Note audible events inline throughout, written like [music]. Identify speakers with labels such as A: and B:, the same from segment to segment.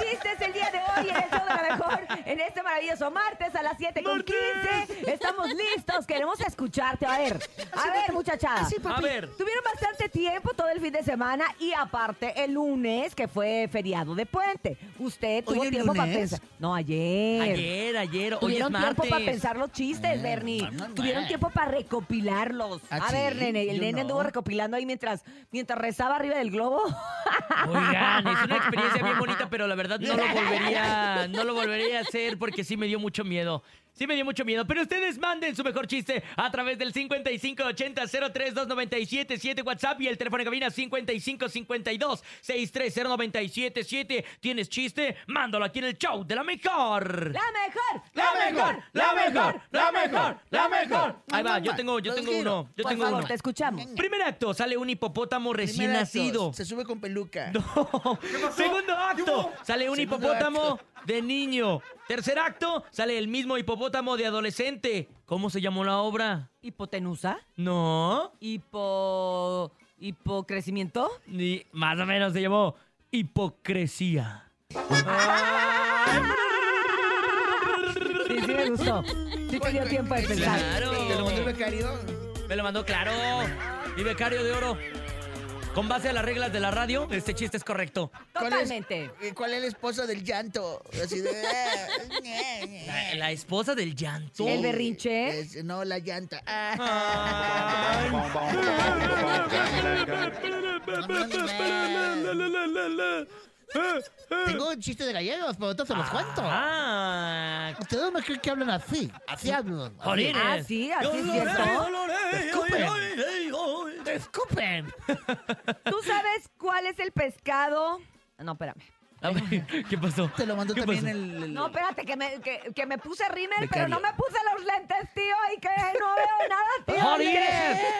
A: chistes el día de hoy en el show de la mejor, en este maravilloso martes a las 7 con 15. Estamos listos, queremos escucharte. A ver, a ver, muchachada.
B: A ver,
A: Tuvieron bastante tiempo todo el fin de semana y aparte el lunes, que fue feriado de puente. Usted tuvo
C: ¿Hoy es
A: tiempo para
C: lunes?
A: pensar. No, ayer.
B: ayer, ayer, hoy es
A: Tuvieron tiempo
B: martes.
A: para pensar los chistes, Bernie.
C: ah, no,
A: Tuvieron
C: eh.
A: tiempo para recopilarlos.
C: Ah,
A: a
C: sí,
A: ver, nene, el
C: yo
A: nene
C: no.
A: anduvo recopilando ahí mientras, mientras rezaba arriba del globo.
B: [laughs] Oigan, es una experiencia bien bonita, pero la verdad no lo [laughs] volvería, no lo volvería a hacer porque sí me dio mucho miedo. Sí me dio mucho miedo, pero ustedes manden su mejor chiste a través del 5580-032977 WhatsApp y el teléfono de cabina 5552-630977. ¿Tienes chiste? Mándalo aquí en el show de la mejor.
A: ¡La mejor!
B: La mejor, la mejor, la mejor, la mejor. Ahí va, yo tengo, yo tengo
C: Tranquilo.
B: uno, yo
A: Por
B: tengo
A: favor,
B: uno.
A: te escuchamos.
B: Primer acto, sale un hipopótamo recién
C: Primer acto,
B: nacido.
C: Se sube con peluca.
B: No. Segundo acto, sale un
C: Segundo
B: hipopótamo de niño. Tercer acto, sale el mismo hipopótamo de adolescente. ¿Cómo se llamó la obra?
A: ¿Hipotenusa?
B: No,
A: ¿Hipo... hipocrecimiento?
B: ni más o menos se llamó hipocresía.
A: Sí, sí me gustó. Sí te dio tiempo de pensar.
B: Claro.
C: ¿Te lo mandó el becario?
B: Me lo mandó claro. Mi becario de oro. Con base a las reglas de la radio, este chiste es correcto.
C: ¿Cuál es-
A: Totalmente.
C: eh, ¿Cuál es la esposa del llanto? Así de... [laughs]
B: La, la esposa del llanto.
A: ¿El berrinche?
C: Es- no, la llanta. Ah,
B: Ah. Ay.
D: Tengo un chiste de gallegos, pero no se los cuento.
B: Ah, [laughs]
D: Ustedes me creen que hablan así. Así hablan.
B: Jolines.
A: Ah, sí, así es cierto.
B: Escupe. [laughs]
D: Escupen.
A: ¿Tú sabes cuál es el pescado? No, espérame.
B: A ver, ¿Qué pasó?
C: Te lo mandó
B: ¿Qué
C: también
B: pasó?
C: el... el-
A: No, espérate, que me, que, que me puse rímel, pero
C: Becaria.
A: no me puse los lentes, tío, y que no veo nada, tío. y,
B: ¡Jolines!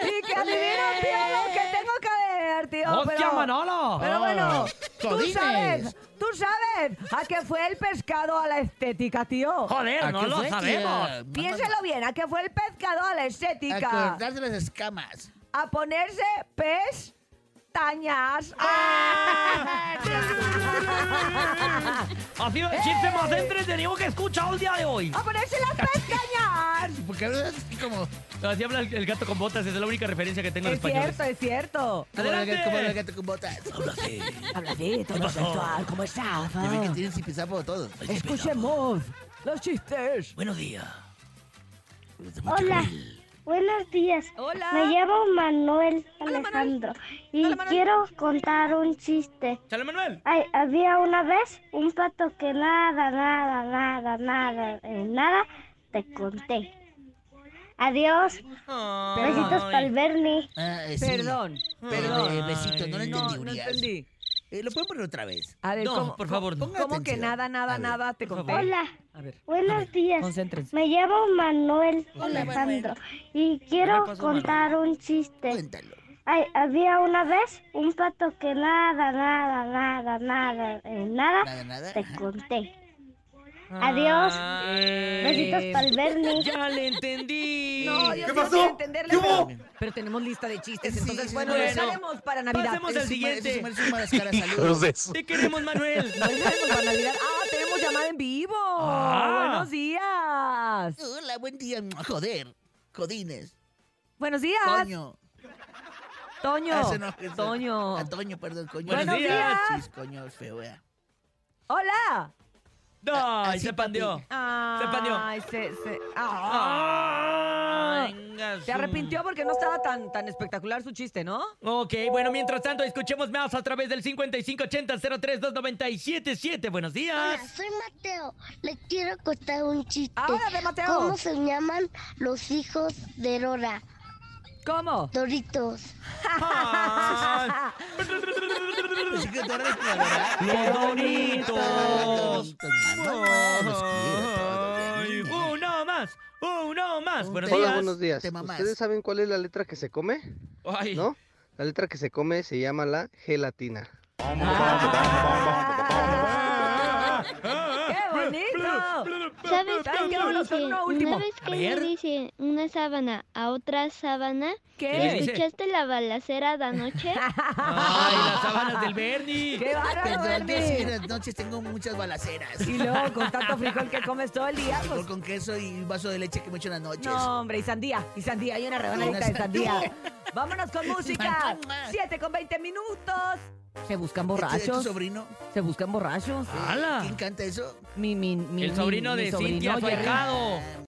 A: que, y que adivino, tío, lo que tengo que ver, tío.
B: ¡Hostia,
A: pero-
B: Manolo!
C: Ah.
A: Pero bueno, tú
D: Jodines.
A: sabes, tú sabes a qué fue el pescado a la estética, tío.
B: ¡Joder,
C: ¿A
B: no
C: qué
B: lo
C: fue, tía?
B: sabemos!
A: Piénselo bien, a qué fue el pescado a la estética.
C: Acordar de las escamas.
A: A ponerse pestañas.
B: [laughs] Ha sido el chiste más entretenido que he escuchado el día de hoy.
A: ¡A ponerse las pestañas!
C: Porque hablas así como...
B: Así habla el, el gato con botas, esa es la única referencia que tengo en
A: Es
B: español.
A: cierto, es cierto.
C: Como la,
B: ¡Adelante!
C: como la gata con botas.
A: Habladito,
B: ¿Qué
A: no
B: pasó?
A: sensual, ¿cómo estás?
C: Ya ven que
A: ah?
C: tienen zipizapo todos.
A: Escuchemos los chistes.
B: Buenos días.
E: Hola, buenos días.
A: Hola.
E: Me llamo Manuel
A: Hola, Manuel.
E: Alejandro y
A: Hola, Manuel.
E: quiero contar un chiste.
B: ¡Chale, Manuel!
E: Ay, había una vez un pato que nada, nada, nada, nada, de nada te conté. Adiós, besitos para el Bernie.
C: Ah, eh, sí.
A: Perdón.
C: Pero
B: Ay.
C: de besito, no lo entendí,
A: No, no
C: Urias.
A: entendí.
C: Eh, ¿Lo puedo poner otra vez?
A: A ver,
B: No,
A: ¿cómo,
B: por favor, no.
A: ¿cómo,
C: Ponga
A: cómo que
C: atención.
A: nada, nada,
C: A ver,
A: nada te
B: por
A: conté?
B: favor.
E: Hola,
A: A ver,
E: buenos días.
A: concéntrense.
E: Me llamo Manuel
C: Hola, Manuel.
E: Alejandro y quiero
B: pasó, Manuel?
E: contar un chiste.
C: Cuéntalo.
E: Ay, había una vez un pato que nada, nada, nada, nada, eh, nada,
C: Nada, nada.
E: te conté. Adiós.
B: Ay.
E: Besitos para
A: Eh,
E: el Bernie.
B: ¡Ya le entendí!
A: No, yo ¿Qué pasó? entenderle, pero, pero tenemos lista de chistes,
C: Sí,
A: entonces,
C: sí,
A: bueno,
B: bueno.
A: lo dejaremos para Navidad.
B: Pasemos al
C: Eso es ma- eso
B: siguiente.
C: es ma- eso es malas caras, saludos.
B: ¡Te queremos, Manuel!
A: Lo dejaremos para Navidad. ¡Ah, tenemos llamada en vivo!
B: Ah.
A: ¡Buenos días!
C: Hola, buen día. Joder. Codines.
A: ¡Buenos días!
C: Coño.
A: Ah, ¡Toño!
C: Ah, ese no, ese-
A: ¡Toño!
C: A Toño, perdón, coño.
B: Buenos días.
C: Chis, coño, es feo, eh.
A: ¡Hola!
B: ¡Ay,
C: así,
B: se pandeó!
C: papi.
A: ¡Ay,
B: pandió.
A: se- se- ¡Ah!
B: ¡Ah! Venga,
A: Se
B: su-
A: arrepintió porque no estaba tan, tan espectacular su chiste, ¿no?
B: Ok, bueno, mientras tanto, escuchemos más a través del 5580-032977. Buenos
E: Hola,
B: días.
E: soy Mateo. Le quiero contar un chiste.
A: Ahora de Mateo.
E: ¿Cómo se llaman los hijos de Dora?
A: [laughs] ¿Cómo?
E: Doritos.
B: Ay,
C: Así que tú eres la verdad.
B: ¡Qué bonitos!
C: Ah, los quiero todos,
B: Ay,
C: ya, niña.
B: ¡Uno más! ¡Uno más!
C: Un
B: Buenos
C: tema.
F: Hola,
B: días.
F: buenos días.
C: Te mamás.
F: ¿Ustedes saben cuál es la letra que se come?
B: Ay,
F: ¿No? La letra que se come se llama la gelatina.
B: ah,
A: Ah. [laughs] ¡Qué bonito! ¿Sabes
G: ¿Sabes qué
A: qué?
G: le
A: Vámonos con
G: dice?
A: uno último.
G: Una vez
B: A
G: que le
B: ver.
G: dice una sábana a otra sábana,
B: ¿Qué le
A: ¿Qué?
B: dice?
G: ¿escuchaste la balacera de anoche?
B: Ay, las sábanas
A: [laughs]
B: del Bernie.
A: ¡Qué bárbaro,
C: Perdón, yo sí, en
A: Bernie!
C: las noches tengo muchas balaceras.
A: Y luego, con tanto frijol que comes todo el día, pues...
C: Frijol con queso y un vaso de leche que me echo en las noches.
A: No, hombre, y sandía, y sandía, hay una rebanadita de sandía. Vámonos con música. 7 con 20 minutos. Se buscan
C: ¿Este es tu
A: borrachos.
C: sobrino?
A: Se buscan borrachos.
B: ¡Hala!
C: ¿Quién canta eso?
A: Mi, mi, mi,
B: El sobrino
A: mi- mi
B: de Cintia
A: Jerry.
C: Ah,
B: Faicado.